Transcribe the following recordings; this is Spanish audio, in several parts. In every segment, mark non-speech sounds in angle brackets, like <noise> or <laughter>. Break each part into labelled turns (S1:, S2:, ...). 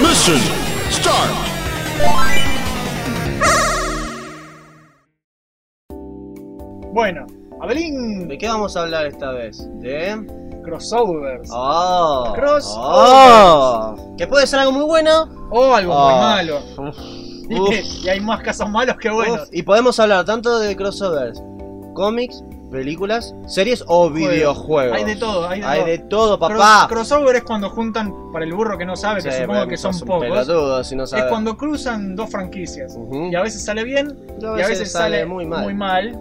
S1: Mission start.
S2: Bueno, Abelín,
S3: ¿De qué vamos a hablar esta vez? ¿De...?
S2: crossovers.
S3: ¡Oh!
S2: Crossovers.
S3: ¡Oh! Que puede ser algo muy
S2: <laughs>
S3: bueno.
S2: O algo muy
S3: Ah.
S2: malo.
S3: Uf.
S2: y hay más casos malos que buenos.
S3: Uf, y podemos hablar tanto de crossovers, cómics, películas, series o videojuegos.
S2: Hay de todo, hay de
S3: Hay
S2: todo.
S3: de todo,
S2: Cro-
S3: papá.
S2: crossover es cuando juntan, para el burro que no sabe, que
S3: Sí,
S2: supongo
S3: bueno,
S2: que son
S3: sos un
S2: pocos,
S3: pelotudo si no
S2: es
S3: sabes.
S2: cuando cruzan dos franquicias.
S3: Ujú.
S2: Y a veces sale bien,
S3: Y a
S2: y a veces sale,
S3: muy mal.
S2: mal.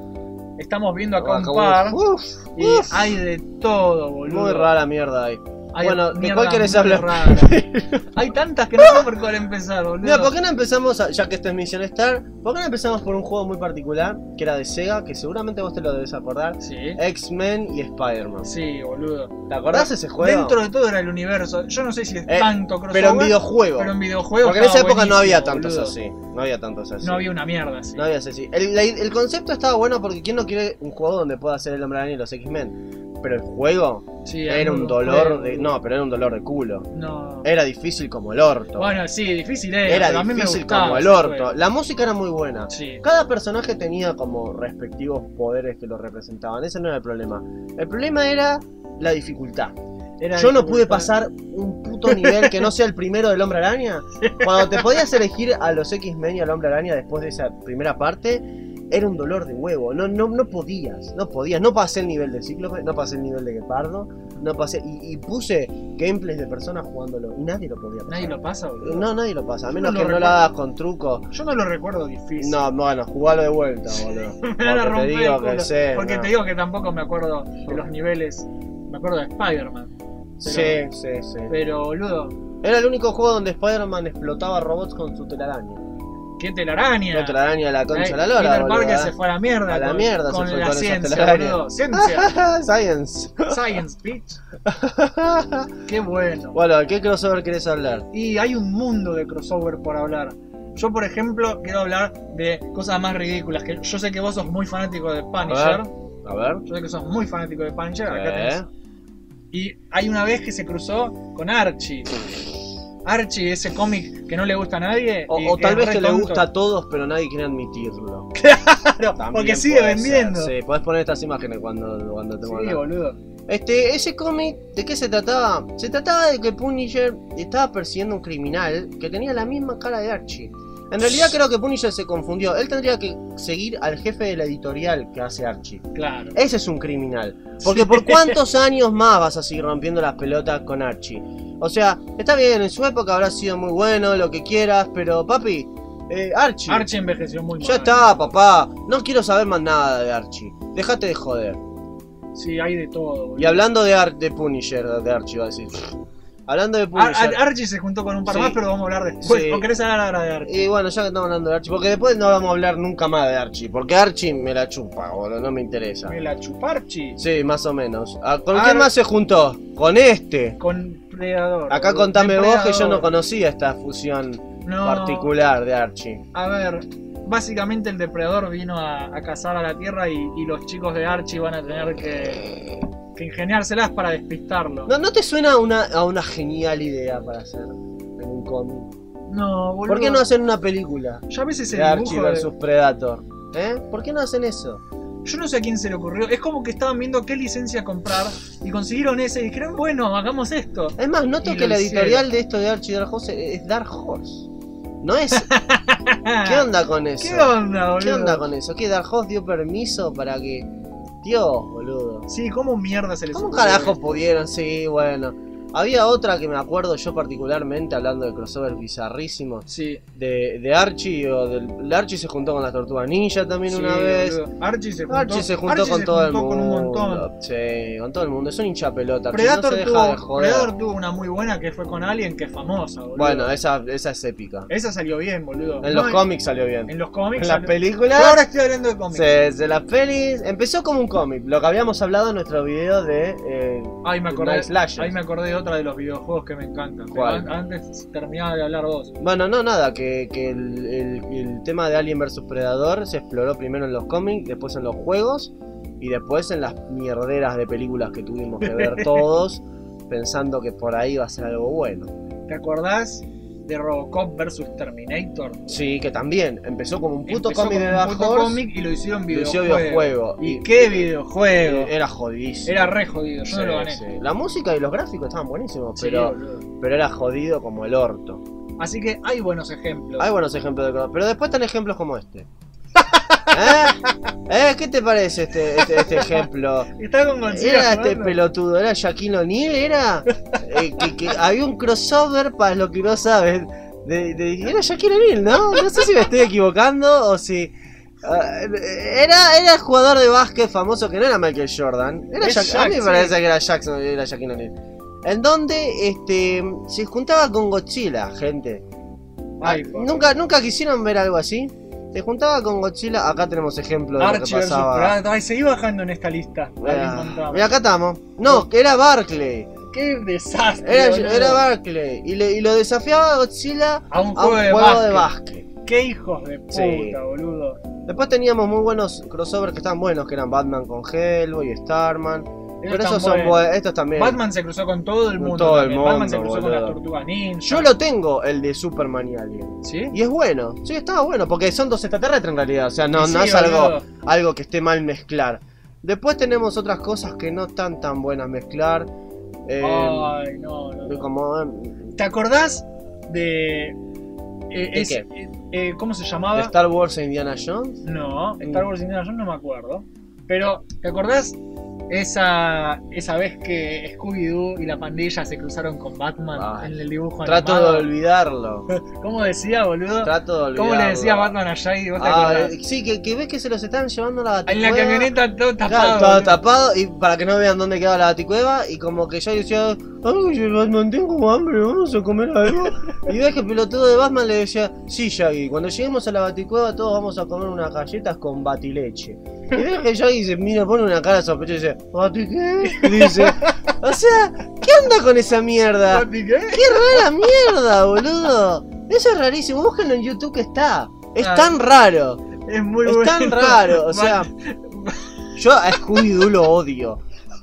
S2: Estamos viendo acá un
S3: Acá,
S2: par.
S3: uf,
S2: Y
S3: uf.
S2: hay de todo, boludo.
S3: Muy rara mierda ahí.
S2: Hay
S3: bueno, ¿de
S2: mierda
S3: cuál querés
S2: muy
S3: hablar?
S2: rara.
S3: <laughs>
S2: hay tantas que no sé por cuál empezar, boludo.
S3: Mira, ¿por qué no empezamos, a- ya que esto es Mission Star, por qué no empezamos por un juego muy particular que era de Sega, que seguramente vos te lo debes acordar?
S2: Sí.
S3: X-Men y Spider-Man.
S2: Sí, boludo.
S3: ¿Te acordás ese juego?
S2: Dentro de todo era el universo. Yo no sé si es
S3: Eh,
S2: tanto crossover.
S3: Pero en videojuego.
S2: Pero en videojuegos
S3: Porque en esa
S2: estaba
S3: época no había
S2: buenísimo,
S3: tantos
S2: boludo.
S3: así. No había tantos así.
S2: No había una mierda así.
S3: No había así. El, la- el concepto estaba bueno porque ¿quién no quiere un juego donde pueda ser el hombre araña y los X-Men? Pero el juego
S2: Sí,
S3: era un
S2: algunos
S3: dolor
S2: juegos.
S3: de. No, pero era un dolor de culo.
S2: No.
S3: Era difícil como el orto.
S2: Bueno, sí, difícil era. pero
S3: era
S2: a mí me
S3: difícil
S2: gustaba
S3: como el
S2: ese
S3: orto.
S2: juego.
S3: La música era muy buena.
S2: Sí.
S3: Cada personaje tenía como respectivos poderes que lo representaban. Ese no era el problema. El problema era la dificultad.
S2: Era
S3: Yo no
S2: dificultad.
S3: pude pasar un puto nivel que no sea el primero del Hombre Araña. Cuando te podías elegir a los X-Men y al Hombre Araña después de esa primera parte, era un dolor de huevo. No, no, no podías, no podías. No pasé el nivel de Cíclope, no pasé el nivel de Guepardo, no pasé. Y, y puse gameplays de personas jugándolo y nadie lo podía pasar.
S2: Nadie lo pasa, boludo.
S3: No, nadie lo pasa, a
S2: Yo
S3: menos
S2: no
S3: que
S2: lo
S3: no lo
S2: recuerdo.
S3: hagas con truco.
S2: Yo no lo recuerdo difícil. <laughs>
S3: No, bueno, jugalo de vuelta, boludo.
S2: Me van
S3: Porque
S2: a
S3: te
S2: romper el
S3: digo que
S2: culo.
S3: sé,
S2: Porque
S3: no.
S2: te digo que tampoco me acuerdo de los niveles. Me acuerdo de Spider-Man.
S3: Sí, sí, sí.
S2: Pero, boludo,
S3: Era el único juego donde Spider-Man explotaba robots con su telaraña.
S2: qué telaraña.
S3: No telaraña la concha de la lora,
S2: Peter
S3: boludo.
S2: Parker se
S3: ¿eh?
S2: fue a la mierda.
S3: A la
S2: con,
S3: mierda se
S2: con
S3: fue con
S2: la
S3: esas
S2: ciencia,
S3: telarañas. <laughs>
S2: boludo. Ciencia.
S3: Science.
S2: Science, bitch. <laughs> Qué bueno.
S3: Bueno, ¿qué crossover querés hablar?
S2: Y hay un mundo de crossover por hablar. Yo, por ejemplo, quiero hablar de cosas más ridículas. Que yo sé que vos sos muy fanático de Punisher.
S3: A ver.
S2: Yo sé que sos muy fanático de Punisher. Acá tenés.
S3: Eh,
S2: Y hay una vez que se cruzó con Archie. Archie, ese cómic que no le gusta a nadie.
S3: O,
S2: y
S3: o tal
S2: es
S3: vez
S2: re
S3: que le
S2: tonto.
S3: gusta a todos, pero nadie quiere admitirlo.
S2: <laughs> Claro,
S3: También
S2: porque sigue
S3: puede ser,
S2: vendiendo.
S3: Sí, podés poner estas imágenes cuando, cuando te
S2: Sí, boludo.
S3: Este, ese cómic, ¿de qué se trataba? Se trataba de que Punisher estaba persiguiendo a un criminal que tenía la misma cara de Archie. En realidad creo que Punisher se confundió. Él tendría que seguir al jefe de la editorial que hace Archie.
S2: Claro.
S3: Ese es un criminal. Porque por cuántos años más vas a seguir rompiendo las pelotas con Archie. O sea, está bien, en su época habrá sido muy bueno, lo que quieras, pero papi, eh, Archie.
S2: Archie envejeció muy mal.
S3: Ya está, papá. No quiero saber más nada de Archie. Dejate de joder.
S2: Sí, hay de todo, boludo.
S3: Y hablando de, Ar- de Punisher, de Archie, iba a decir. Hablando de
S2: Ar-
S3: Punisher.
S2: Ar- Archie se juntó con un par
S3: Sí.
S2: más, pero vamos a hablar después.
S3: Sí.
S2: ¿O querés hablar ahora de Archie?
S3: y bueno, ya que estamos hablando de Archie, porque después no vamos a hablar nunca más de Archie, porque Archie me la chupa, boludo, no me interesa.
S2: Me la chuparchi.
S3: Sí, más o menos. Ah, ¿Con
S2: Ar-
S3: quién más se juntó? Con este.
S2: Con Predador.
S3: Acá
S2: boludo.
S3: contame
S2: De
S3: vos que yo
S2: Predador.
S3: no conocía esta fusión
S2: No,
S3: particular de Archie.
S2: A ver, básicamente el depredador vino a, a cazar a la Tierra y, y los chicos de Archie van a tener que, que ingeniárselas para despistarlo.
S3: ¿No, no te suena a una, a una genial idea para hacer en un cómic?
S2: No, boludo.
S3: ¿Por qué no hacen una película
S2: Yo a veces el
S3: de Archie
S2: dibujo de-
S3: versus Predator? ¿Eh? ¿Por qué no hacen eso?
S2: Yo no sé a quién se le ocurrió. Es como que estaban viendo qué licencia comprar y consiguieron ese y dijeron, bueno, hagamos esto.
S3: Es más, noto
S2: Y
S3: que
S2: lo
S3: la
S2: hicieron.
S3: editorial de esto de Archie Dark Horse es Dark Horse. No
S2: <laughs>
S3: es. ¿Qué onda con eso?
S2: ¿Qué onda, boludo?
S3: ¿Qué onda con eso? ¿Qué Dark Horse dio permiso para que. Dios, boludo.
S2: Sí, ¿cómo mierda se les
S3: ¿Cómo
S2: ocurrió?
S3: carajo pudieron? Sí, bueno. Había otra que me acuerdo yo particularmente, hablando de crossover bizarrísimo,
S2: Sí.
S3: de, de Archie, o del el Archie se juntó con las tortugas ninja también
S2: sí,
S3: una vez.
S2: boludo. Archie se juntó,
S3: Archie se juntó
S2: Archie
S3: con
S2: se
S3: todo
S2: juntó
S3: el
S2: con un
S3: mundo.
S2: montón.
S3: Sí, con todo el mundo. Es un hincha pelota.
S2: Predator,
S3: no se deja de
S2: tuvo,
S3: joder.
S2: Predator tuvo una muy buena que fue con Alien, que es famosa, boludo.
S3: Bueno, esa, esa es épica.
S2: Esa salió bien, boludo.
S3: En
S2: No,
S3: los cómics salió bien.
S2: En los cómics.
S3: En las
S2: salió-
S3: películas.
S2: Yo ahora estoy hablando de cómics.
S3: Se, se las pelis. Empezó como un cómic, lo que habíamos hablado en nuestro video de. eh,
S2: Ahí me acordé.
S3: Night Slashes.
S2: Ahí me acordé de otra de los videojuegos que me encantan. Pero
S3: ¿Cuál?
S2: an- Antes terminaba de hablar vos.
S3: Bueno, no, nada, que, que el, el- el tema de Alien vs Predador se exploró primero en los cómics, después en los juegos y después en las mierderas de películas que
S2: <laughs>
S3: tuvimos que ver todos, pensando que por ahí iba a ser algo bueno.
S2: ¿Te acordás de Robocop versus Terminator.
S3: Sí, que también empezó como un puto
S2: Empezó
S3: cómic
S2: como
S3: de
S2: un
S3: Dark
S2: puto
S3: Horse,
S2: cómic y lo hicieron
S3: lo hizo
S2: videojuego.
S3: videojuego.
S2: ¿Y, qué videojuego?
S3: Era jodidísimo.
S2: Era re jodido, yo
S3: Sí,
S2: no lo gané.
S3: sí. La música y los gráficos estaban buenísimos,
S2: Sí,
S3: pero,
S2: boludo.
S3: pero era jodido como el orto.
S2: Así que hay buenos ejemplos.
S3: Hay buenos ejemplos de cosas, pero después están ejemplos como este. <laughs> ¿Eh? ¿Eh? ¿Qué te parece este, este, este ejemplo?
S2: Está con Godzilla.
S3: Era este
S2: jugando.
S3: pelotudo, era Shaquille O'Neal, era. eh, que, que había un crossover para lo que no sabes. De, de- era Shaquille O'Neal, ¿no? No sé si me estoy equivocando o si. ah, era, era el jugador de básquet famoso que no era Michael Jordan. Era
S2: Es
S3: Shaq- a mí me
S2: Shaq,
S3: parece
S2: sí.
S3: que era, Jackson, era Shaquille O'Neal. En donde este, se juntaba con Godzilla, gente.
S2: Ay, por-
S3: ah, ¿Nunca, nunca quisieron ver algo así. Se juntaba con Godzilla. Acá tenemos ejemplos de lo que
S2: Archie versus
S3: pasaba.
S2: Predator. Ay, seguí bajando en esta lista. Ahí
S3: Ah,
S2: encontramos.
S3: y acá estamos. No, que era Barclay.
S2: Qué desastre.
S3: Era,
S2: boludo.
S3: era Barclay. Y, le- y lo desafiaba a Godzilla
S2: A un
S3: a un
S2: juego, de,
S3: juego de
S2: básquet.
S3: básquet.
S2: Qué hijos de puta,
S3: Sí.
S2: boludo.
S3: Después teníamos muy buenos crossovers que estaban buenos, que eran Batman con Hellboy, Starman. Pero
S2: Esos
S3: esos
S2: tan
S3: son
S2: buenos.
S3: buenos. Estos también.
S2: Batman se cruzó con todo el
S3: Con
S2: mundo.
S3: todo el
S2: también. Batman se
S3: mundo,
S2: cruzó con las
S3: boludo.
S2: tortugas ninja.
S3: Yo lo tengo, el de Superman y Alien.
S2: ¿Sí?
S3: Y es bueno. Sí, estaba bueno, porque son dos extraterrestres en realidad. O sea, no,
S2: Y
S3: no
S2: sí,
S3: es algo,
S2: boludo.
S3: algo que esté mal mezclar. Después tenemos otras cosas que no están tan buenas mezclar. eh,
S2: Ay, no, no, no.
S3: como eh,
S2: ¿Te acordás de. eh,
S3: ¿De
S2: es-
S3: qué?
S2: eh, eh, ¿Cómo se llamaba?
S3: Star Wars e Indiana Jones.
S2: No, Star Wars Indiana Jones no me acuerdo. Pero, ¿te acordás esa, esa vez que Scooby-Doo y la pandilla se cruzaron con Batman
S3: Ay.
S2: en el dibujo
S3: Trato
S2: animado?
S3: de olvidarlo.
S2: <laughs> ¿Cómo decía, boludo?
S3: Trato de olvidarlo.
S2: ¿Cómo le decía Batman a Shaggy? ¿Vos te
S3: Ah,
S2: acordás?
S3: eh, sí, que, que ves que se los están llevando a la
S2: En la
S3: baticueva.
S2: camioneta todo
S3: Claro,
S2: tapado.
S3: todo
S2: boludo.
S3: tapado y para que no vean dónde queda la baticueva y como que yo decía, ay, yo Batman, tengo hambre, vamos a comer
S2: <laughs>
S3: algo. y ves que el pelotudo de Batman le decía, sí, Shaggy, cuando lleguemos a la baticueva todos vamos a comer unas galletas con batileche. Y ves que Shaggy se mira, pone una cara sospechosa y dice, ¿bati qué? Dice, o sea, ¿qué onda con esa mierda?
S2: ¿Papi qué?
S3: ¡Qué rara mierda, boludo! Eso es rarísimo, búsquenlo en YouTube que está. Es
S2: Ah.
S3: tan raro,
S2: Es muy
S3: es
S2: bueno.
S3: tan raro, o
S2: <laughs> Bat-
S3: sea... Yo a Scooby-Doo lo odio.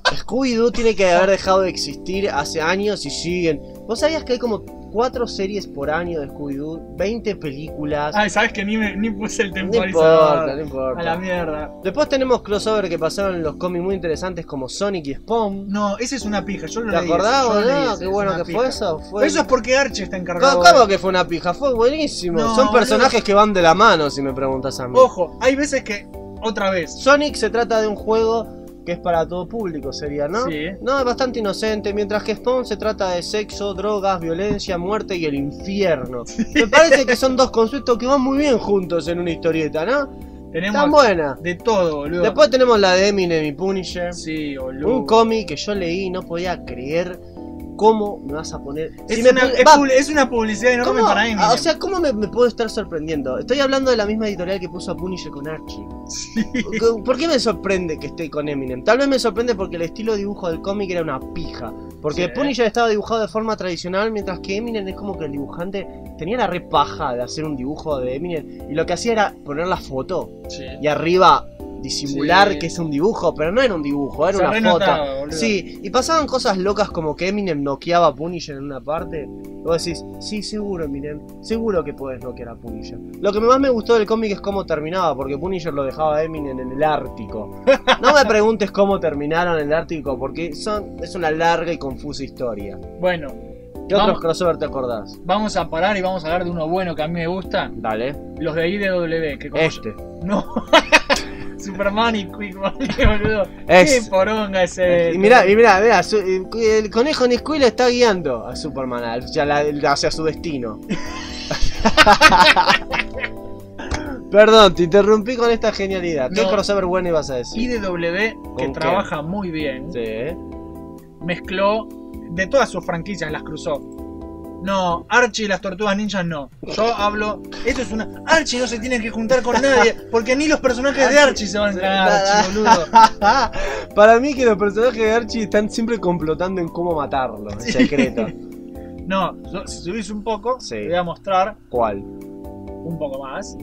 S3: Scooby-Doo tiene que haber dejado de existir hace años y siguen. ¿Vos sabías que hay como cuatro series por año de Scooby-Doo? 20 películas.
S2: Ay, sabes que ni, me- ni puse el
S3: no importa,
S2: temporizador.
S3: no importa.
S2: a la mierda.
S3: Después tenemos crossover que pasaron en los cómics muy interesantes como Sonic y Spawn.
S2: No, ese es una pija. Yo lo
S3: ¿Te
S2: leí,
S3: acordás,
S2: yo lo leí,
S3: boludo?
S2: ese
S3: Qué
S2: es
S3: bueno
S2: una
S3: que
S2: pija.
S3: fue eso.
S2: Pero
S3: Fue...
S2: eso es porque Archie está encargado.
S3: ¿Cómo,
S2: de-
S3: cómo que fue una pija? Fue buenísimo.
S2: No,
S3: Son
S2: boludo.
S3: personajes que van de la mano, si me preguntas a mí.
S2: Ojo, hay veces que. Otra vez.
S3: Sonic se trata de un juego que es para todo público, sería, ¿no?
S2: Sí.
S3: No, es bastante inocente, mientras que Spawn se trata de sexo, drogas, violencia, muerte y el infierno. Me parece que son dos conceptos que van muy bien juntos en una historieta, ¿no?
S2: Tenemos
S3: Tan buena.
S2: de todo, boludo.
S3: Después tenemos la de Eminem y Punisher.
S2: Sí, boludo.
S3: Un cómic que yo leí y no podía creer cómo me vas a poner...
S2: es,
S3: Si me
S2: una,
S3: pon-
S2: es
S3: va,
S2: publi- es una publicidad enorme
S3: ¿cómo-
S2: para Eminem.
S3: ah, O sea, ¿cómo me, me puedo estar sorprendiendo? Estoy hablando de la misma editorial que puso a Punisher con Archie. ¿Por- ¿Por qué me sorprende que esté con Eminem? Tal vez me sorprende porque el estilo de dibujo del cómic era una pija. Porque
S2: Sí.
S3: Punisher estaba dibujado de forma tradicional, mientras que Eminem es como que el dibujante tenía la repaja de hacer un dibujo de Eminem. Y lo que hacía era poner la foto
S2: Sí.
S3: y arriba disimular
S2: Sí.
S3: que es un dibujo, pero no era un dibujo, era
S2: Se
S3: una foto.
S2: renotaba, boludo.
S3: Sí, y pasaban cosas locas como que Eminem noqueaba a Punisher en una parte. Y vos decís, sí, seguro, Eminem, seguro que puedes noquear a Punisher. Lo que más me gustó del cómic es cómo terminaba, porque Punisher lo dejaba a Eminem en el Ártico. <laughs> No me preguntes cómo terminaron en el Ártico, porque son, es una larga y confusa historia.
S2: Bueno,
S3: ¿Qué
S2: Vamos.
S3: otros crossover te acordás?
S2: vamos a parar y vamos a hablar de uno bueno que a mí me gusta.
S3: Dale,
S2: Los de IDW. Que como
S3: este.
S2: No. <laughs> Superman y Quick <laughs> boludo.
S3: Es-
S2: Qué poronga este, ese.
S3: Este. Y mirá, y mirá, mirá, su- el conejo Nesquik lo está guiando a Superman al- hacia, la- hacia su
S2: <laughs>
S3: destino. Perdón, te interrumpí con esta genialidad. ¿Qué
S2: No.
S3: crossover bueno ibas a decir?
S2: IDW, que
S3: ¿Con qué?
S2: trabaja muy bien,
S3: Sí, ¿eh?
S2: mezcló de todas sus franquicias, las cruzó. No, Archie y las tortugas ninjas no. Yo hablo. Esto es una. Archie no se tiene que juntar con
S3: <laughs>
S2: nadie, porque ni los personajes de Archie se van a cagar, Archie, boludo.
S3: <laughs> Para mí que los personajes de Archie están siempre complotando en cómo matarlo, en
S2: <laughs>
S3: secreto.
S2: No, yo- si subís un poco,
S3: Sí.
S2: te voy a mostrar
S3: ¿Cuál?
S2: un poco más.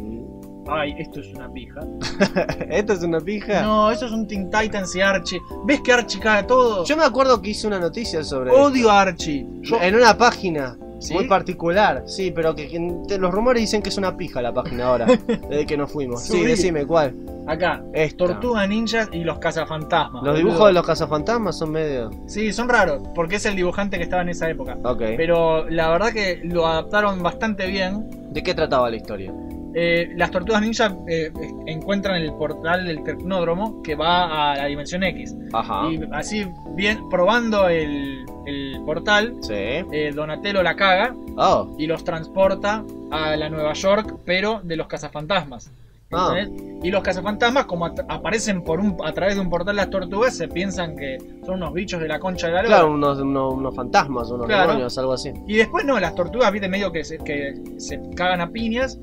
S2: Ay, esto es una pija.
S3: <laughs> ¿Esta es una pija?
S2: No, eso es un Teen Titans y Archie. ¿Ves que Archie caga todo? Oh,
S3: Yo me acuerdo que hice una noticia sobre
S2: odio a Archie. Yo-
S3: en una página.
S2: ¿Sí?
S3: Muy particular, sí, pero que, que te- los rumores dicen que es una pija la página <laughs> ahora, desde que nos fuimos. Sí,
S2: Subí.
S3: decime cuál.
S2: Acá,
S3: Esta. Ah,
S2: Tortugas Ninjas y los Cazafantasmas.
S3: Los
S2: boludo.
S3: dibujos de los cazafantasmas son medio.
S2: Sí, son raros, porque es el dibujante que estaba en esa época.
S3: Ok.
S2: Pero la verdad que lo adaptaron bastante bien.
S3: ¿De qué trataba la historia?
S2: Eh, las tortugas ninja eh, encuentran el portal del tecnódromo que va a la dimensión X.
S3: Ajá.
S2: Y así, bien, probando el, el portal,
S3: Sí.
S2: eh, Donatello la caga
S3: Oh,
S2: y los transporta a la Nueva York, pero de los cazafantasmas.
S3: Ah.
S2: ¿Entendés? Y los cazafantasmas, como at- aparecen por un, a través de un portal las tortugas, se piensan que son unos bichos de la concha de la lora.
S3: claro, unos, unos, unos fantasmas, unos
S2: Claro.
S3: demonios, algo así.
S2: Y después no, las tortugas, viste, medio que se, que se cagan a piñas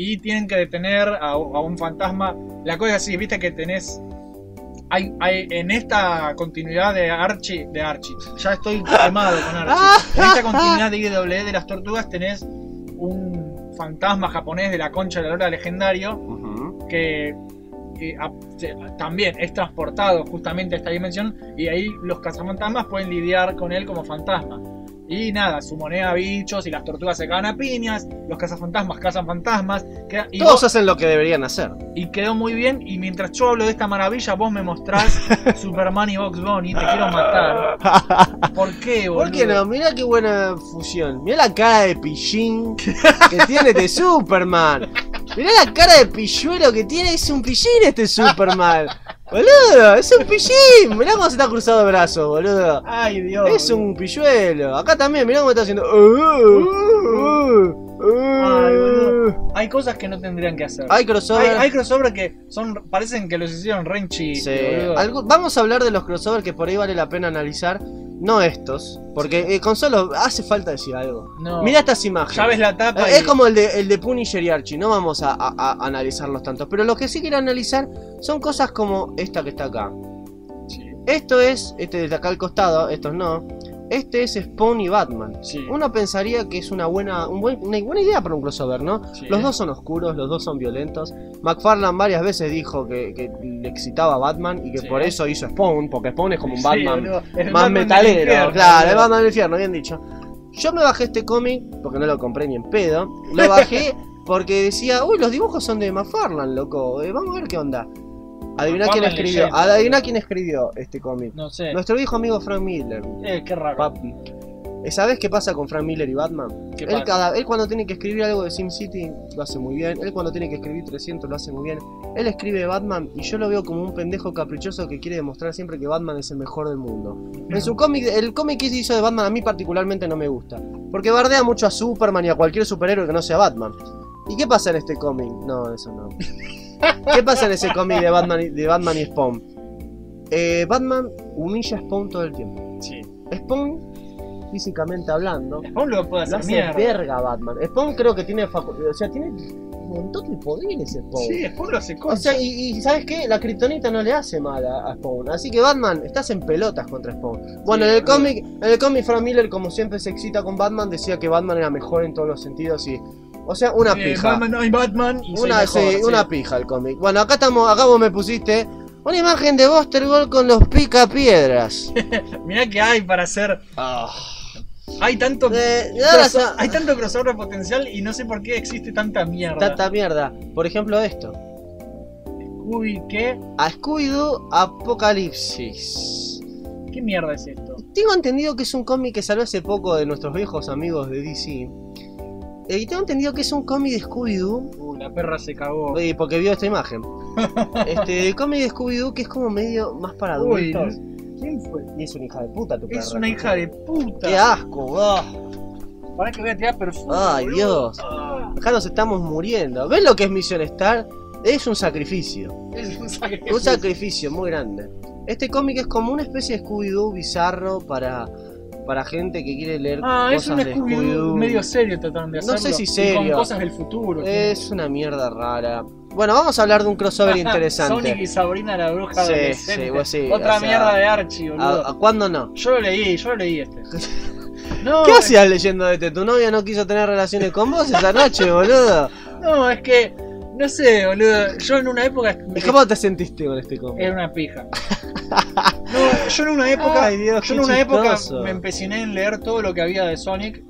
S2: y tienen que detener a, a un fantasma. La cosa es así, viste que tenés... Hay, hay- en esta continuidad de Archie, de Archie, ya estoy quemado con Archie. En esta continuidad de IWE de las tortugas tenés un fantasma japonés de la concha de la lora legendario
S3: Ujú.
S2: que eh, a- se- también es transportado justamente a esta dimensión y ahí los cazafantasmas pueden lidiar con él como fantasma. Y nada, su moneda bichos y las tortugas se cagan a piñas, los cazafantasmas cazan fantasmas, queda- y,
S3: Todos
S2: vos-
S3: hacen lo que deberían <laughs> hacer.
S2: y quedó muy bien y mientras yo hablo de esta maravilla vos
S3: <laughs>
S2: me mostrás Superman y Box Bunny, te quiero matar. ¿Por qué, boludo?
S3: ¿Por qué no? Mirá qué buena fusión. Mirá la cara de pillín
S2: <laughs>
S3: que tiene este Superman. Mirá la cara de pilluelo que tiene. Es un pillín este Superman. Boludo, es un pillín. Mirá cómo se está cruzado de brazos, boludo.
S2: Ay, Dios.
S3: Es
S2: boludo.
S3: un pilluelo. Acá también, mirá cómo está haciendo. Uh, Ay,
S2: boludo. Hay cosas que no tendrían que hacer.
S3: Hay
S2: Hay,
S3: crossover.
S2: hay crossover que son parecen que los hicieron re en
S3: Sí.
S2: chiste, boludo.
S3: Algo- vamos a hablar de los crossovers que por ahí vale la pena analizar. No estos, porque eh, con solo hace falta decir algo.
S2: No.
S3: Mira estas imágenes.
S2: Ya ves la tapa.
S3: Eh, Es
S2: y-
S3: como el de, el de Punisher y Archie, no vamos a, a- a analizarlos tantos, pero lo que sí quiero analizar son cosas como esta que está acá.
S2: Sí,
S3: Esto es, este desde acá al costado, estos no. Este es Spawn y Batman.
S2: sí,
S3: Uno pensaría que es una buena, un buen- una buena idea para un crossover, ¿no?
S2: sí.
S3: Los dos son oscuros, los dos son violentos. McFarlane varias veces dijo que, que le excitaba a Batman y que
S2: Sí.
S3: por eso hizo Spawn, porque Spawn es como un
S2: Sí,
S3: Batman
S2: boludo, el
S3: más
S2: Batman del
S3: metalero.
S2: infierno,
S3: claro, el
S2: boludo.
S3: Batman del infierno, bien dicho. Yo me bajé este cómic, porque no lo compré ni en pedo. Lo
S2: <laughs>
S3: bajé porque decía, uy, los dibujos son de McFarlane, loco. eh, vamos a ver qué onda. Adivina quién
S2: McFarlane
S3: escribió.
S2: leyenda.
S3: Adivina quién escribió este cómic.
S2: No sé.
S3: Nuestro viejo amigo Frank Miller.
S2: Eh, qué raro.
S3: Papi. ¿Sabes qué pasa con Frank Miller y Batman?
S2: ¿Qué
S3: Él,
S2: pasa?
S3: cada, él cuando tiene que escribir algo de SimCity lo hace muy bien. Él cuando tiene que escribir 300 lo hace muy bien. Él escribe Batman y yo lo veo como un pendejo caprichoso que quiere demostrar siempre que Batman es el mejor del mundo. En su cómic, el cómic que hizo de Batman a mí particularmente no me gusta. Porque bardea mucho a Superman y a cualquier superhéroe que no sea Batman. ¿Y qué pasa en este cómic? No, eso no. ¿Qué pasa en ese cómic de Batman, y- de Batman y Spawn? Eh, Batman humilla a Spawn todo el tiempo.
S2: Sí.
S3: Spawn, físicamente hablando,
S2: Spawn lo puede
S3: lo
S2: hacer
S3: hace
S2: mierda.
S3: verga Batman. Spawn creo que tiene facu- O sea, tiene un montón de poderes Spawn.
S2: Sí, Spawn lo hace
S3: O
S2: cosas.
S3: sea, y, y ¿sabes qué? La kriptonita no le hace mal a, a Spawn. Así que Batman, estás en pelotas contra Spawn. Bueno,
S2: Sí,
S3: en el
S2: boludo.
S3: cómic, en el cómic Frank Miller, como siempre se excita con Batman, decía que Batman era mejor en todos los sentidos y. O sea, una
S2: Eh,
S3: pija.
S2: Batman, no, hay Batman. Y soy
S3: una,
S2: mejor,
S3: sí,
S2: sí.
S3: una pija el cómic. Bueno, acá estamos, acá vos me pusiste una imagen de Buster Gold con los pica <laughs> piedras.
S2: Mirá que hay para hacer.
S3: Ah.
S2: Hay tanto.
S3: Eh,
S2: crosso- Hay tanto crossover potencial y no sé por qué existe tanta mierda.
S3: Tanta mierda. Por ejemplo, esto.
S2: Uy, ¿qué?
S3: A Scooby-Doo Apocalipsis.
S2: ¿Qué mierda es esto?
S3: Tengo entendido que es un cómic que salió hace poco de nuestros viejos amigos de DC. Eh, Y tengo entendido que es un cómic de Scooby-Doo.
S2: Uy, la perra se cagó.
S3: eh, Porque vio esta <laughs> imagen. Este el cómic de Scooby-Doo que es como medio más para
S2: Uy,
S3: adultos.
S2: ¿quién fue?
S3: Y es una hija de puta tu
S2: Es
S3: perra.
S2: una hija de
S3: ¡Qué
S2: puta.
S3: asco! ah.
S2: Pará que voy a tirar perfume.
S3: Ay,
S2: boludo.
S3: Dios.
S2: Ah, <laughs>
S3: Acá nos estamos muriendo. ¿Ves lo que es Mission Star? Es un sacrificio.
S2: es un sacrificio.
S3: Un sacrificio muy grande. Este cómic es como una especie de Scooby-Doo bizarro para, para gente que quiere leer
S2: Ah, es
S3: cosas
S2: un
S3: de
S2: Scooby-Doo
S3: Scooby-Doo.
S2: medio serio trataron de
S3: No sé
S2: hacerlo.
S3: si
S2: y
S3: serio.
S2: Con cosas del futuro.
S3: Es una mierda rara. Bueno, vamos a hablar de un
S2: <laughs>
S3: crossover
S2: ah, Sonic y
S3: interesante.
S2: Sabrina la bruja
S3: Sí,
S2: adolescente.
S3: sí, vos sí,
S2: Otra
S3: o sea,
S2: mierda de Archie, boludo.
S3: ¿A, a cuándo no?
S2: Yo lo leí, yo lo
S3: <laughs>
S2: leí este. No,
S3: ¿Qué
S2: es-
S3: hacías leyendo de este? ¿Tu novia no quiso tener relaciones con vos esa
S2: <laughs>
S3: noche, boludo?
S2: No, es que. No sé, boludo. Yo en una época.
S3: ¿Y ¿Cómo te sentiste con este cómic?
S2: <laughs> Era una pija.
S3: <laughs>
S2: No, yo en una época.
S3: Ay, Dios,
S2: yo en
S3: qué
S2: una época
S3: chistoso.
S2: me empeciné en leer todo lo que había de Sonic.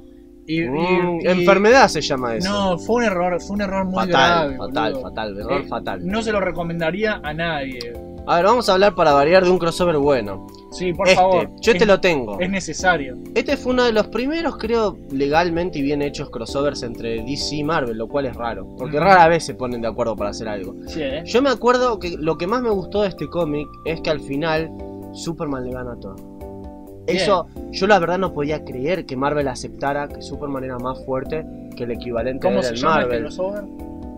S2: Y, y-
S3: Mm,
S2: y-
S3: Enfermedad se llama eso.
S2: No, fue un error, fue un error muy
S3: fatal,
S2: grave.
S3: fatal,
S2: boludo.
S3: fatal, error
S2: Eh,
S3: fatal.
S2: No se lo recomendaría a nadie.
S3: A ver, vamos a hablar para variar de un crossover bueno.
S2: Sí, por
S3: este,
S2: favor.
S3: yo
S2: es,
S3: te lo tengo.
S2: es necesario.
S3: Este fue uno de los primeros, creo, legalmente y bien hechos crossovers entre DC y Marvel, lo cual es raro, porque
S2: Ujú.
S3: rara vez se ponen de acuerdo para hacer algo.
S2: Sí, ¿eh?
S3: Yo me acuerdo que lo que más me gustó de este cómic es que al final Superman le gana a Thor. Eso, yo la verdad no podía creer que Marvel aceptara que Superman era más fuerte que el equivalente
S2: ¿Cómo
S3: del
S2: se llama este
S3: Marvel.
S2: crossover?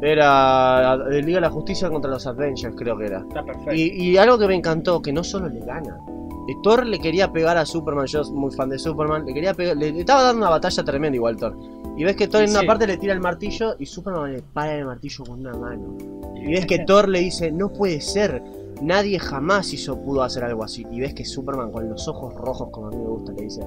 S3: Era eh, Liga de la Justicia contra los Avengers, creo que era.
S2: Está perfecto.
S3: Y, y algo que me encantó, que no solo le gana. eh, Thor le quería pegar a Superman, yo soy muy fan de Superman, le quería pegar, le, le estaba dando una batalla tremenda igual Thor. Y ves que Thor
S2: Y
S3: en una
S2: sí.
S3: parte le tira el martillo y Superman le para el martillo con una mano. Y ves que Thor le dice, no puede ser, nadie jamás hizo, pudo hacer algo así. Y ves que Superman con los ojos rojos, como a mí me gusta, le dice,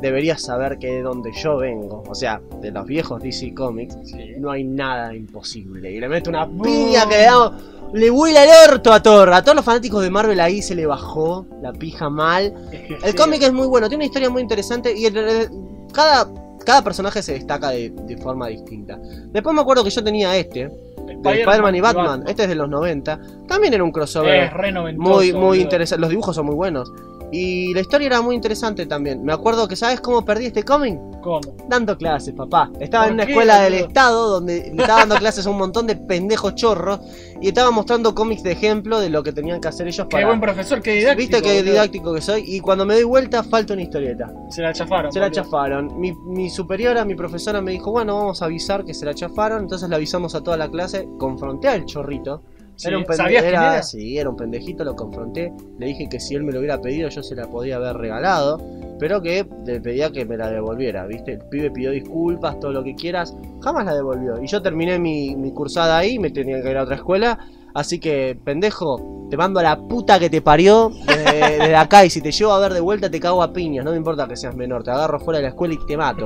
S3: deberías saber que de donde yo vengo, o sea, de los viejos DC Comics,
S2: Sí.
S3: no hay nada imposible. Y le mete una
S2: No.
S3: piña que le damos. Le huele el orto a Thor. A todos los fanáticos de Marvel ahí se le bajó la pija mal.
S2: Es que
S3: El
S2: sí.
S3: cómic es muy bueno, tiene una historia muy interesante y el- el- cada, cada personaje se destaca de, de forma distinta. Después me acuerdo que yo tenía este, de Spider-Man y Batman. Este es de los 90. También era un crossover
S2: Es re noventoso,
S3: muy, muy
S2: boludo.
S3: interesante. Los dibujos son muy buenos. Y la historia era muy interesante también. Me acuerdo que, ¿sabes cómo perdí este cómic?
S2: ¿Cómo?
S3: dando clases, papá. Estaba
S2: ¿Por
S3: en una
S2: qué,
S3: escuela del
S2: boludo?
S3: estado donde le estaba dando clases a un montón de pendejos chorros y estaba mostrando cómics de ejemplo de lo que tenían que hacer ellos
S2: Qué
S3: para.
S2: buen profesor, qué didáctico.
S3: Viste qué
S2: boludo.
S3: didáctico que soy y cuando me doy vuelta falta una historieta.
S2: Se la chafaron.
S3: Se la
S2: boludo.
S3: chafaron. Mi, mi superiora, mi profesora me dijo, bueno, vamos a avisar que se la chafaron, entonces la avisamos a toda la clase, confronté al chorrito.
S2: Sí,
S3: Era un
S2: ¿Sabías
S3: pendejito.
S2: quién era?
S3: Sí, era un pendejito, lo confronté. Le dije que si él me lo hubiera pedido, yo se la podía haber regalado. Pero que le pedía que me la devolviera, ¿viste? El pibe pidió disculpas, todo lo que quieras. Jamás la devolvió. Y yo terminé mi, mi cursada ahí, me tenía que ir a otra escuela. Así que, pendejo, te mando a la puta que te parió desde, desde acá. Y si te llevo a ver de vuelta, te cago a piñas. No me importa que seas menor, te agarro fuera de la escuela y te
S2: <laughs>
S3: mato.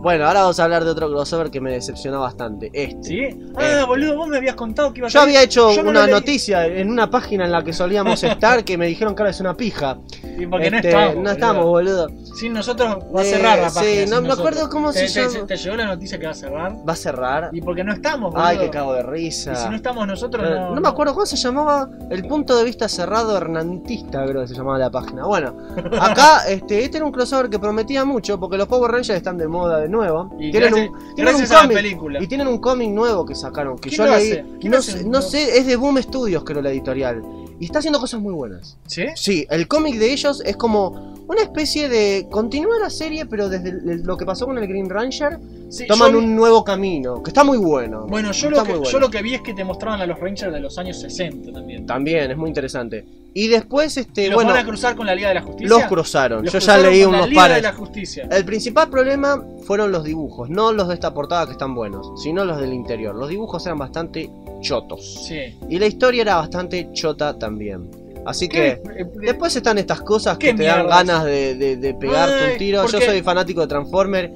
S3: bueno, ahora vamos a hablar de otro crossover que me decepcionó bastante. Este.
S2: ¿Sí? Ah, boludo, vos me habías contado que iba a
S3: Yo había hecho
S2: Yo no
S3: una
S2: lo leí.
S3: noticia en una página en la que
S2: <laughs>
S3: solíamos estar que me dijeron que ahora es una pija.
S2: Y porque no
S3: Este,
S2: estábamos.
S3: no
S2: boludo.
S3: estamos, boludo.
S2: Sin nosotros va a
S3: Eh,
S2: cerrar la
S3: sí,
S2: página. sin
S3: no me
S2: nosotros.
S3: acuerdo cómo
S2: Te-
S3: se
S2: te-
S3: llama.
S2: Te llegó la noticia que va a cerrar.
S3: Va a cerrar.
S2: Y porque no estamos, boludo.
S3: Ay, que cago de
S2: Y si
S3: risa.
S2: no estamos nosotros,
S3: Eh,
S2: no.
S3: no me acuerdo cómo se llamaba el punto de vista cerrado hernantista, creo que se llamaba la página.
S2: <laughs>
S3: Bueno, acá este, este era un crossover que prometía mucho porque los Power Rangers están de moda de nuevo.
S2: Y
S3: tienen
S2: gracias-
S3: un, tienen un
S2: Gracias a la
S3: cómic.
S2: película.
S3: Y tienen un cómic nuevo que sacaron, que
S2: ¿Quién
S3: yo
S2: lo
S3: leí.
S2: hace? ¿Quién
S3: No,
S2: hace
S3: sé,
S2: el-
S3: no sé, es de Boom Studios, creo, la editorial. Y está haciendo cosas muy buenas.
S2: ¿Sí?
S3: Sí, el cómic de ellos es como una especie de. Continúa la serie, pero desde el- el- lo que pasó con el Green Ranger,
S2: Sí,
S3: toman
S2: yo-
S3: un nuevo camino, que está muy bueno.
S2: Bueno, yo
S3: Está
S2: lo, que,
S3: muy
S2: yo lo que vi es que te mostraban a los Rangers de los años 60 también.
S3: También, es muy interesante. Y después, este,
S2: ¿Los
S3: bueno,
S2: van a cruzar con la Liga de la Justicia?
S3: los cruzaron.
S2: Los
S3: Yo ya
S2: cruzaron
S3: leí
S2: con la
S3: unos
S2: Liga
S3: pares.
S2: de la Justicia.
S3: El principal problema fueron los dibujos, no los de esta portada que están buenos, sino los del interior. Los dibujos eran bastante chotos.
S2: Sí.
S3: Y la historia era bastante chota también. Así que.
S2: Eh, eh,
S3: Después están estas cosas que
S2: ¿Qué
S3: te dan
S2: mierdas?
S3: ganas de, de- de pegarte
S2: Ay,
S3: un tiro. Yo
S2: porque-
S3: soy fanático de Transformer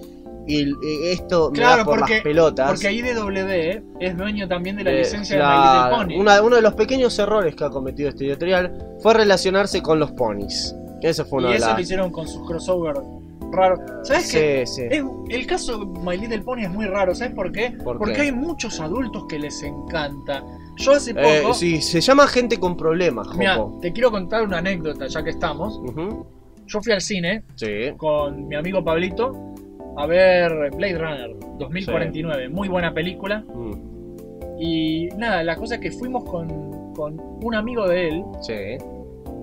S3: y y esto me da
S2: Claro,
S3: por
S2: porque-
S3: las pelotas.
S2: Porque IDW es dueño también de la
S3: Eh,
S2: licencia
S3: claro,
S2: de My Little Pony.
S3: una- uno de los pequeños errores que ha cometido este editorial fue relacionarse con los ponis. Eso fue una
S2: y
S3: de
S2: eso
S3: las.
S2: lo hicieron con sus crossover raros. ¿Sabes
S3: Sí,
S2: qué?
S3: sí.
S2: Es- el caso de My Little Pony es muy raro, ¿sabes por qué?
S3: ¿Por
S2: Porque
S3: qué?
S2: hay muchos adultos que les encanta. Yo hace poco,
S3: Eh, sí, se llama gente con problemas, Jopo.
S2: mirá, te quiero contar una anécdota ya que estamos.
S3: Ujú,
S2: Yo fui al cine
S3: Sí.
S2: con mi amigo Pablito a ver Blade Runner 2049, muy buena película.
S3: mm,
S2: Y nada, la cosa es que fuimos con, con un amigo de él
S3: sí.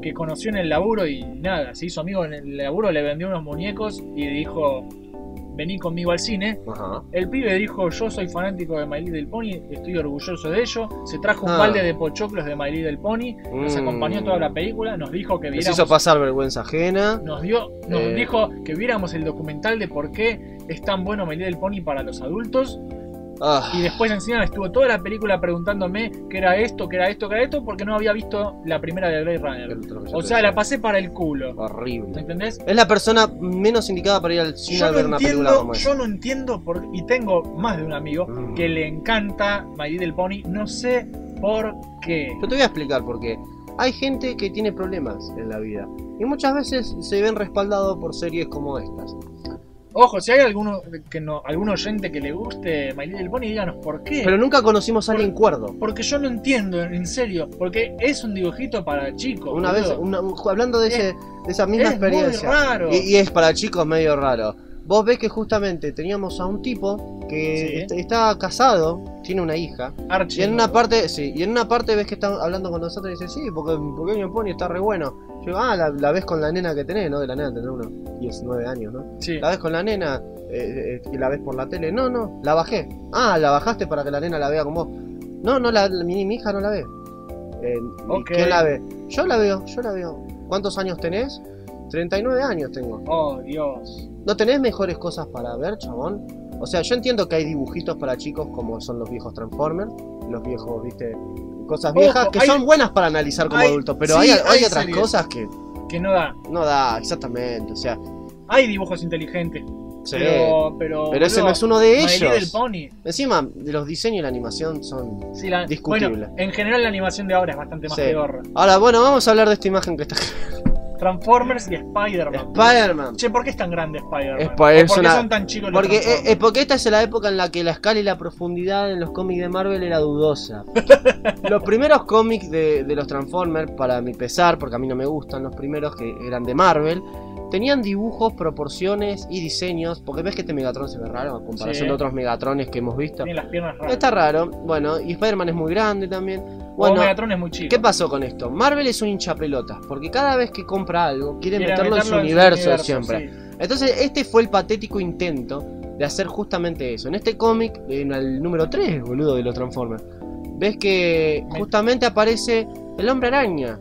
S2: que conoció en el laburo y nada, se hizo amigo en el laburo, le vendió unos muñecos y dijo, vení conmigo al cine.
S3: Ajá.
S2: El pibe dijo, yo soy fanático de My Little Pony, estoy orgulloso de ello. Se trajo un
S3: Ah.
S2: balde de pochoclos de My Little Pony, nos
S3: Mm.
S2: acompañó toda la película, nos dijo que
S3: Les
S2: viéramos...
S3: hizo pasar vergüenza ajena.
S2: Nos, dio, nos
S3: Eh.
S2: dijo que viéramos el documental de por qué es tan bueno My Little Pony para los adultos.
S3: Ah,
S2: Y después encima me estuvo toda la película preguntándome qué era esto, qué era esto, qué era esto, porque no había visto la primera de Blade Runner. O sea, la pasé para el culo.
S3: Horrible.
S2: ¿Me entendés?
S3: Es la persona menos indicada para ir al cine a
S2: Yo no
S3: ver una película
S2: entiendo,
S3: como esa.
S2: yo no entiendo por, y tengo más de un amigo
S3: Mm.
S2: que le encanta My Little Pony, no sé por qué.
S3: Yo te voy a explicar por qué. Hay gente que tiene problemas en la vida y muchas veces se ven respaldados por series como estas.
S2: Ojo, si hay alguno que no, algún oyente que le guste My Little Pony, díganos por qué.
S3: Pero nunca conocimos a alguien cuerdo.
S2: Porque yo no entiendo, en serio. Porque es un dibujito para chicos.
S3: Una vez,
S2: boludo.
S3: una- un- hablando de, ese- de esa misma
S2: es muy
S3: experiencia.
S2: raro.
S3: Y, y es para chicos medio raro. Vos ves que justamente teníamos a un tipo que
S2: Sí.
S3: est- está casado, tiene una hija,
S2: Archie,
S3: y en una
S2: boludo.
S3: parte, sí, y en una parte ves que están hablando con nosotros y dice, sí, porque mi pequeño pony está re bueno. Yo, ah, la, la ves con la nena que tenés, ¿no? De la nena tenés unos 19 años, ¿no?
S2: Sí.
S3: La ves con la nena, eh, eh, y la ves por la tele. No, no, la bajé. Ah, la bajaste para que la nena la vea con vos. No, no, la, la- mi, mi hija no la ve. Eh, ¿y
S2: Ok.
S3: ¿Quién la ve? Yo la veo, yo la veo. ¿Cuántos años tenés? 39 años tengo.
S2: Oh, Dios.
S3: ¿No tenés mejores cosas para ver, chabón? O sea, yo entiendo que hay dibujitos para chicos como son los viejos Transformers, los viejos, viste, cosas
S2: Ojo,
S3: viejas, que
S2: hay-
S3: son buenas para analizar como
S2: hay-
S3: adulto, pero hay,
S2: sí,
S3: hay
S2: hay
S3: otras
S2: series.
S3: cosas que
S2: Que no da.
S3: no da exactamente, o sea,
S2: Hay dibujos inteligentes.
S3: se ve.
S2: Pero, pero,
S3: Pero ese
S2: boludo,
S3: no es uno de
S2: My Little
S3: ellos.
S2: Pony.
S3: Encima, los diseños y la animación son...
S2: Sí, la-
S3: Discutible.
S2: Bueno, en general la animación de ahora es bastante más
S3: Sí.
S2: peor.
S3: Ahora, bueno, vamos a hablar de esta imagen
S2: <laughs>
S3: que está...
S2: Transformers y Spider-Man.
S3: Spider-Man.
S2: Che, ¿por qué es tan grande Spider-Man?
S3: Es pa- es
S2: ¿O ¿Por qué
S3: una-
S2: son tan chicos los
S3: Porque, eh,
S2: Transformers?
S3: eh, porque esta es la época en la que la escala y la profundidad en los cómics de Marvel era <laughs> dudosa. los primeros cómics de, de los Transformers, para mi pesar, porque a mí no me gustan los primeros que eran de Marvel, tenían dibujos, proporciones y diseños. Porque ves que este Megatron se ve raro a comparación
S2: Sí.
S3: de otros Megatrones que hemos visto.
S2: Tienen las piernas raras.
S3: Está raro, bueno, y Spider-Man es muy grande también.
S2: Bueno,
S3: Bueno,
S2: Megatron es muy chico.
S3: ¿Qué pasó con esto? Marvel es un hinchapelotas, porque cada vez que compra algo quiere
S2: Quieren
S3: meterlo, en su universo, siempre.
S2: sí.
S3: Entonces, este fue el patético intento de hacer justamente eso. En este cómic, en el número 3, boludo, de los Transformers, ves que
S2: Me-
S3: justamente aparece el hombre araña.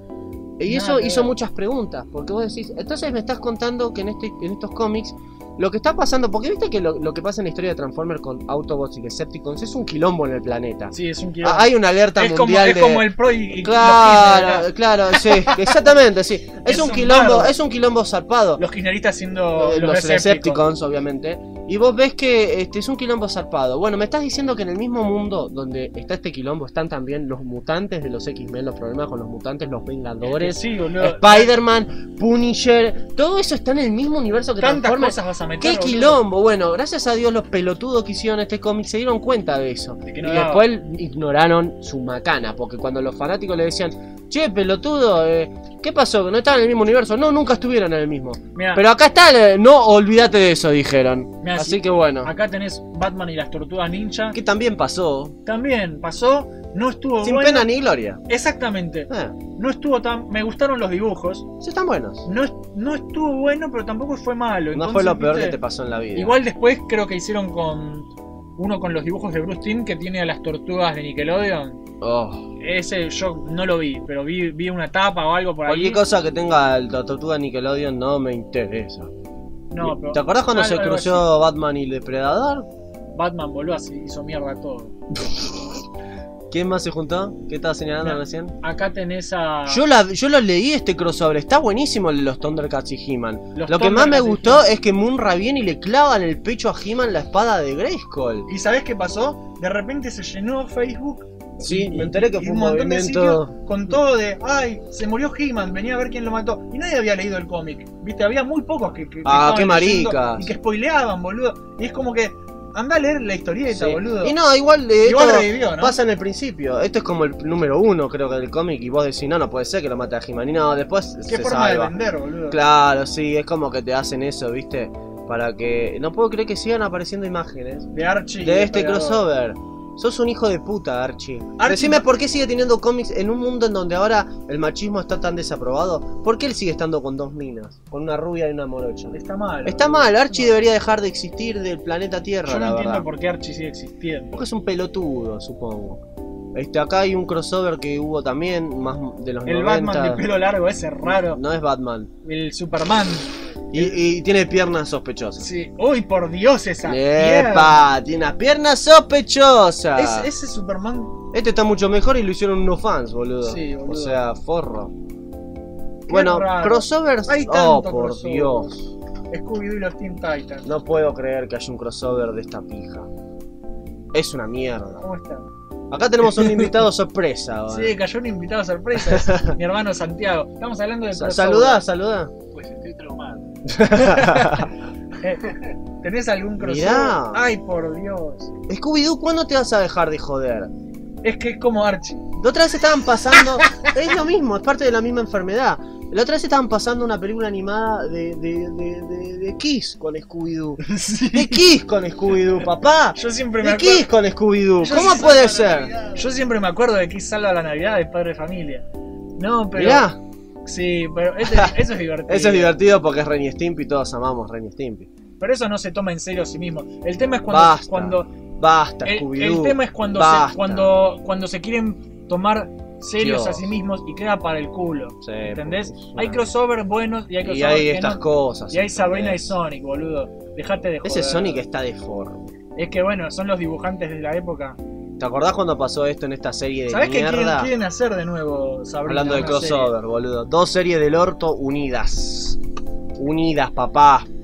S3: Y
S2: Nada
S3: eso
S2: que
S3: hizo
S2: ver.
S3: muchas preguntas, porque vos decís, entonces me estás contando que en, este, en estos cómics lo que está pasando, porque viste que lo, lo que pasa en la historia de Transformers con Autobots y Decepticons es un quilombo en el planeta.
S2: Sí, es un
S3: Ah, Hay una alerta
S2: es como,
S3: mundial
S2: es
S3: de...
S2: como el pro y, y los, kirchneristas,
S3: Claro, claro, sí, exactamente,
S2: <laughs>
S3: sí. Es,
S2: Es
S3: un
S2: un
S3: quilombo,
S2: bardo.
S3: es un quilombo zarpado.
S2: los kirchneristas siendo
S3: Eh,
S2: los,
S3: los
S2: Decepticons.
S3: Decepticons, obviamente. Y vos ves que este, es un quilombo zarpado. Bueno, me estás diciendo que en el mismo mundo donde está este quilombo están también los mutantes de los X-Men, los problemas con los mutantes, los Vengadores,
S2: Sí, boludo.
S3: Spider-Man, Punisher, todo eso está en el mismo universo que
S2: Tantas
S3: Transformers.
S2: cosas vas a meter.
S3: ¡Qué
S2: boludo.
S3: quilombo! Bueno, gracias a Dios los pelotudos que hicieron este cómic se dieron cuenta de eso.
S2: De que no
S3: y
S2: daba.
S3: después ignoraron su macana, porque cuando los fanáticos le decían, che, pelotudo, eh, ¿qué pasó? ¿No estaban en el mismo universo? No, nunca estuvieron en el mismo.
S2: Mirá,
S3: Pero acá está, eh, no olvídate de eso, dijeron.
S2: Mirá,
S3: Así
S2: Ah, sí.
S3: que bueno.
S2: acá tenés Batman y las tortugas ninja.
S3: Que también pasó.
S2: También pasó, no estuvo
S3: Sin
S2: bueno.
S3: pena ni gloria.
S2: Exactamente,
S3: Ah,
S2: no estuvo tan. Me gustaron los dibujos.
S3: sí, están buenos.
S2: No, es- no estuvo bueno, pero tampoco fue malo.
S3: No
S2: Entonces,
S3: fue lo peor este que
S2: ¿viste?
S3: te pasó en la vida.
S2: Igual después creo que hicieron con uno con los dibujos de Bruce Timm que tiene a las tortugas de Nickelodeon.
S3: Oh.
S2: Ese yo no lo vi, pero vi, vi una tapa o algo por ahí.
S3: Cualquier cosa que tenga la tortuga Nickelodeon no me interesa.
S2: No, pero
S3: ¿Te acordás cuando
S2: Ah, algo-
S3: se
S2: algo
S3: cruzó Batman y el Depredador?
S2: así. Batman voló así, hizo mierda todo.
S3: ¿Quién más se juntó? ¿Qué estabas señalando
S2: No.
S3: recién?
S2: Acá tenés a
S3: Yo, la, yo lo leí este crossover, está buenísimo el de los Thundercats y He-Man.
S2: Los
S3: Lo que más me
S2: Thundercats y
S3: gustó es que Munra viene y le clava en el pecho a He-Man la espada de Grayskull.
S2: ¿Y sabés qué pasó? De repente se llenó Facebook.
S3: Sí,
S2: y-
S3: me enteré que
S2: y
S3: fue
S2: un
S3: un
S2: montón de
S3: movimiento-
S2: sitios con todo de, ay, se murió He-Man, venía a ver quién lo mató. Y nadie había leído el cómic. Viste, había muy pocos que... que- que
S3: Ah, qué
S2: estaban leyendo
S3: maricas.
S2: Y que spoileaban, boludo. Y es como que, anda a leer la historieta,
S3: Sí.
S2: boludo.
S3: Y no, igual, eh,
S2: Igual
S3: esto
S2: revivió, ¿no?
S3: pasa en el principio. Esto es como el número uno, creo que del cómic. Y vos decís, no, no puede ser que lo mate a He-Man. Y no, después
S2: Qué
S3: se
S2: forma de
S3: salva.
S2: vender, boludo.
S3: Claro, sí, es como que te hacen eso, ¿viste? Para que. No puedo creer que sigan apareciendo imágenes
S2: De Archie. y
S3: de este
S2: Pegador.
S3: crossover. Sos un hijo de puta, Archie.
S2: Archie-
S3: Decime por qué sigue teniendo cómics en un mundo en donde ahora el machismo está tan desaprobado. ¿Por qué él sigue estando con dos minas? Con una rubia y una morocha.
S2: Está mal.
S3: Está
S2: boludo.
S3: mal, Archie debería dejar de existir del planeta Tierra,
S2: Yo no
S3: la
S2: entiendo
S3: verdad.
S2: por qué Archie sigue existiendo.
S3: Porque es un pelotudo, supongo. Este, acá hay un crossover que hubo también, más de los
S2: El
S3: 90.
S2: Batman de pelo largo ese raro.
S3: No es Batman.
S2: El Superman.
S3: Y, y tiene piernas sospechosas.
S2: Sí. Uy, por Dios esa. mierda.
S3: ¡Epa! Tiene unas piernas sospechosas.
S2: Es- ese Superman.
S3: Este está mucho mejor y lo hicieron unos fans, boludo.
S2: Sí, boludo.
S3: O sea, forro. Bueno,
S2: raro.
S3: crossovers.
S2: Hay
S3: oh,
S2: tanto
S3: por
S2: crossover.
S3: Dios.
S2: Scooby-Doo y los Teen Titans.
S3: No puedo creer que haya un crossover de esta pija. Es una mierda.
S2: ¿Cómo está?
S3: Acá tenemos un
S2: <laughs>
S3: invitado sorpresa. ahora.
S2: Sí, cayó un invitado
S3: <laughs>
S2: sorpresa. es mi hermano Santiago. Estamos hablando de.
S3: Sa-
S2: crossover.
S3: saludá, saludá.
S4: Pues estoy traumado.
S2: <laughs> Eh, ¿Tenés algún crossover?
S3: Mirá.
S2: Ay, por Dios.
S3: Scooby-Doo, ¿cuándo te vas a dejar de joder?
S2: Es que es como Archie. <laughs>
S3: La otra vez estaban pasando. es lo mismo, es parte de la misma enfermedad. La otra vez estaban pasando una película animada de, de, de, de, de Kiss con Scooby-Doo. De Kiss con Scooby-Doo, papá.
S2: Yo siempre me
S3: De
S2: acuerdo.
S3: Kiss con Scooby-Doo.
S2: Yo
S3: ¿Cómo
S2: sí
S3: puede ser?
S2: Yo siempre me acuerdo de que salva la Navidad de Padre de Familia. No, pero. eh,
S3: Mirá,
S2: Sí, pero
S3: <laughs>
S2: este- eso es divertido.
S3: eso es divertido porque es Ren y Stimpy, todos amamos Ren y Stimpy.
S2: Pero eso no se toma en serio a sí mismo. El tema es cuando.
S3: Basta.
S2: cuando
S3: Basta,
S2: el,
S3: Scooby-Doo.
S2: el tema es cuando
S3: Basta.
S2: se, cuando, cuando se quieren tomar serios
S3: Dios.
S2: a sí mismos y queda para el culo.
S3: Sí,
S2: ¿Entendés?
S3: porque es
S2: Hay
S3: una-
S2: crossover buenos y hay
S3: Y
S2: crossover
S3: hay
S2: que
S3: estas
S2: no.
S3: cosas.
S2: Y hay
S3: ¿entendés?
S2: Sabrina y Sonic, boludo. Dejate de joder.
S3: Ese Sonic está deforme.
S2: Es que bueno, son los dibujantes de la época.
S3: ¿Te acordás cuando pasó esto en esta serie de
S2: ¿Sabés qué quieren,
S3: mierda?
S2: quieren hacer de nuevo, Sabrina?
S3: Hablando de
S2: una
S3: crossover, boludo. Dos series del orto unidas. Unidas, papá.
S2: serie?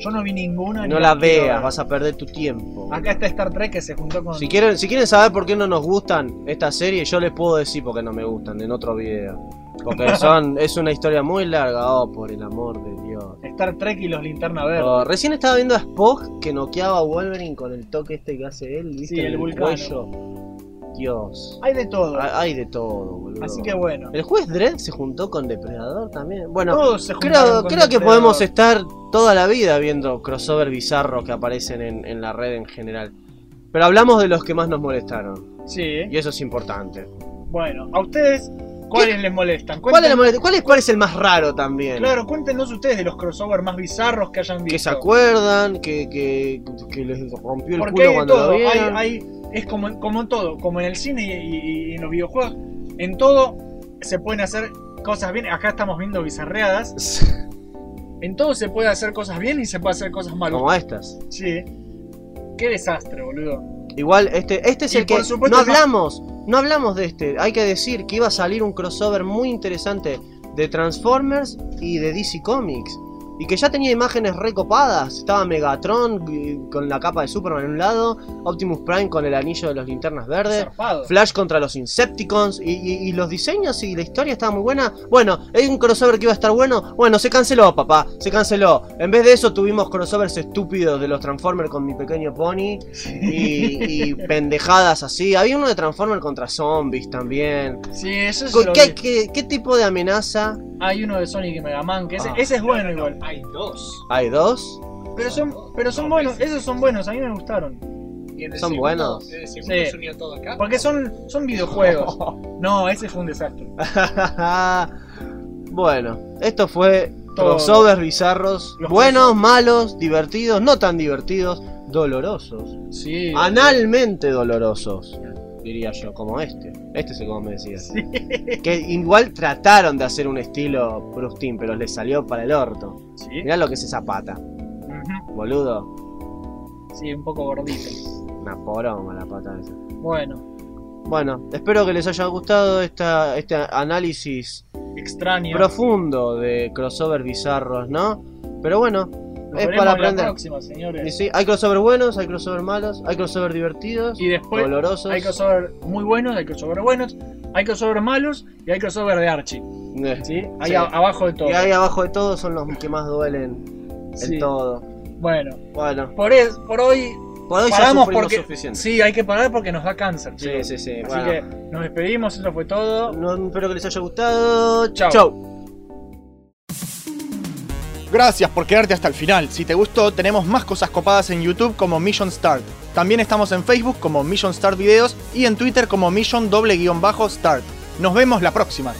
S2: Yo no vi ninguna. ni
S3: No las
S2: quiero
S3: veas,
S2: ver.
S3: vas a perder tu tiempo.
S2: eh. Acá está Star Trek que se juntó con.
S3: Si quieren, si quieren saber por qué no nos gustan estas series, yo les puedo decir por qué no me gustan en otro video.
S2: <laughs>
S3: Porque son, es una historia muy larga, oh, por el amor de Dios.
S2: Star Trek y los linterna verde.
S3: Oh, recién estaba viendo a Spock que noqueaba a Wolverine con el toque este que hace él, ¿viste?
S2: Sí,
S3: En
S2: el vulcano.
S3: Dios.
S2: Hay de todo.
S3: Ha- Hay de todo, boludo.
S2: Así que bueno.
S3: El juez Dredd se juntó con Depredador también. Bueno,
S2: Todos se juntaron
S3: Creo,
S2: con
S3: creo que
S2: Depredador.
S3: podemos estar toda la vida viendo crossover bizarros que aparecen en, en la red en general. Pero hablamos de los que más nos molestaron.
S2: Sí.
S3: Y eso es importante.
S2: Bueno, a ustedes, ¿cuáles les molestan?
S3: ¿Cuál es,
S2: Cuenten-
S3: la molest- cuál es- cuál es el más raro también?
S2: Claro, cuéntenos ustedes de los crossover más bizarros que hayan visto.
S3: Que se acuerdan, que, que, que les rompió el
S2: Porque
S3: culo
S2: hay de
S3: cuando
S2: todo.
S3: lo
S2: Hay,
S3: vieron.
S2: hay- es como, en- como en todo, como en el cine y, y- y en los videojuegos. En todo se pueden hacer cosas bien. Acá estamos viendo bizarreadas. En todo se puede hacer cosas bien y se puede hacer cosas
S3: <laughs>
S2: mal.
S3: Como estas.
S2: Sí. Qué desastre, boludo.
S3: Igual, este, este es
S2: Y
S3: el que
S2: por supuesto
S3: no
S2: no-
S3: hablamos. No hablamos de este. Hay que decir que iba a salir un crossover muy interesante de Transformers y de DC Comics. Y que ya tenía imágenes recopadas. Estaba Megatron eh, con la capa de Superman en un lado, Optimus Prime con el anillo de los linternas verdes.
S2: Zarpado.
S3: Flash contra los Insecticons y, y- y los diseños y la historia estaba muy buena. Bueno, hay un crossover que iba a estar bueno. Bueno, se canceló, papá, se canceló. En vez de eso tuvimos crossovers estúpidos de los Transformers con mi pequeño pony
S2: <laughs>
S3: y, y pendejadas así. Había uno de Transformers contra zombies también.
S2: Sí, eso es
S3: Co-
S2: lo
S3: ¿Qué,
S2: que-
S3: qué- qué tipo de amenaza?
S2: Hay uno de Sonic y Mega Man, que ese,
S3: Ah.
S2: ese es bueno igual.
S4: Hay dos.
S3: Hay dos. <laughs>
S2: Pero son, pero son
S4: No,
S2: buenos,
S4: ese-
S2: esos son buenos, a mí me gustaron.
S4: Y en el
S3: Son
S4: segundo-
S3: buenos.
S4: en el segundo
S2: Sí.
S4: se unió todo acá.
S2: Porque son, son
S3: <laughs>
S2: videojuegos. No, ese fue un desastre.
S3: bueno, esto fue
S2: Todo.
S3: crossovers bizarros.
S2: Los
S3: buenos, malos, divertidos, no tan divertidos, dolorosos.
S2: Sí.
S3: analmente dolorosos, diría yo, como este. Este es el como me decías. Que igual trataron de hacer un estilo Prustín, pero les salió para el orto.
S2: Sí.
S3: Mirá lo que es esa pata,
S2: Ujú.
S3: boludo.
S2: Sí, un poco gordito.
S3: Una poroma la pata esa.
S2: Bueno,
S3: Bueno, espero que les haya gustado esta, este análisis
S2: extraño.
S3: profundo de crossover bizarros, ¿no? Pero bueno,
S2: Nos
S3: es
S2: veremos
S3: para
S2: en la
S3: aprender.
S2: próxima,
S3: Y
S2: señores.
S3: sí, hay crossover buenos, hay crossover malos, hay crossover divertidos,
S2: Y después
S3: dolorosos.
S2: hay crossover muy buenos, hay crossover buenos, hay crossover malos y hay crossover de Archie.
S3: Eh.
S2: ¿Sí? Ahí
S3: Sí.
S2: a- abajo de
S3: <laughs>
S2: todo.
S3: Y ahí abajo de todo son los que más duelen
S2: Sí.
S3: en todo.
S2: Bueno,
S3: Bueno,
S2: por, es, por hoy
S3: por hoy
S2: Paramos
S3: ya sufrimos
S2: porque-
S3: suficiente.
S2: sí hay que parar porque nos da cáncer.
S3: sí,
S2: chicos.
S3: sí. sí.
S2: Así
S3: Bueno,
S2: que nos despedimos, eso fue todo.
S3: no- espero que les haya gustado.
S2: Chau.
S3: Chau.
S1: Gracias por quedarte hasta el final. Si te gustó, tenemos más cosas copadas en YouTube como Mission Start. También estamos en Facebook como Mission Start Videos y en Twitter como Mission doble guión bajo Start. Nos vemos la próxima.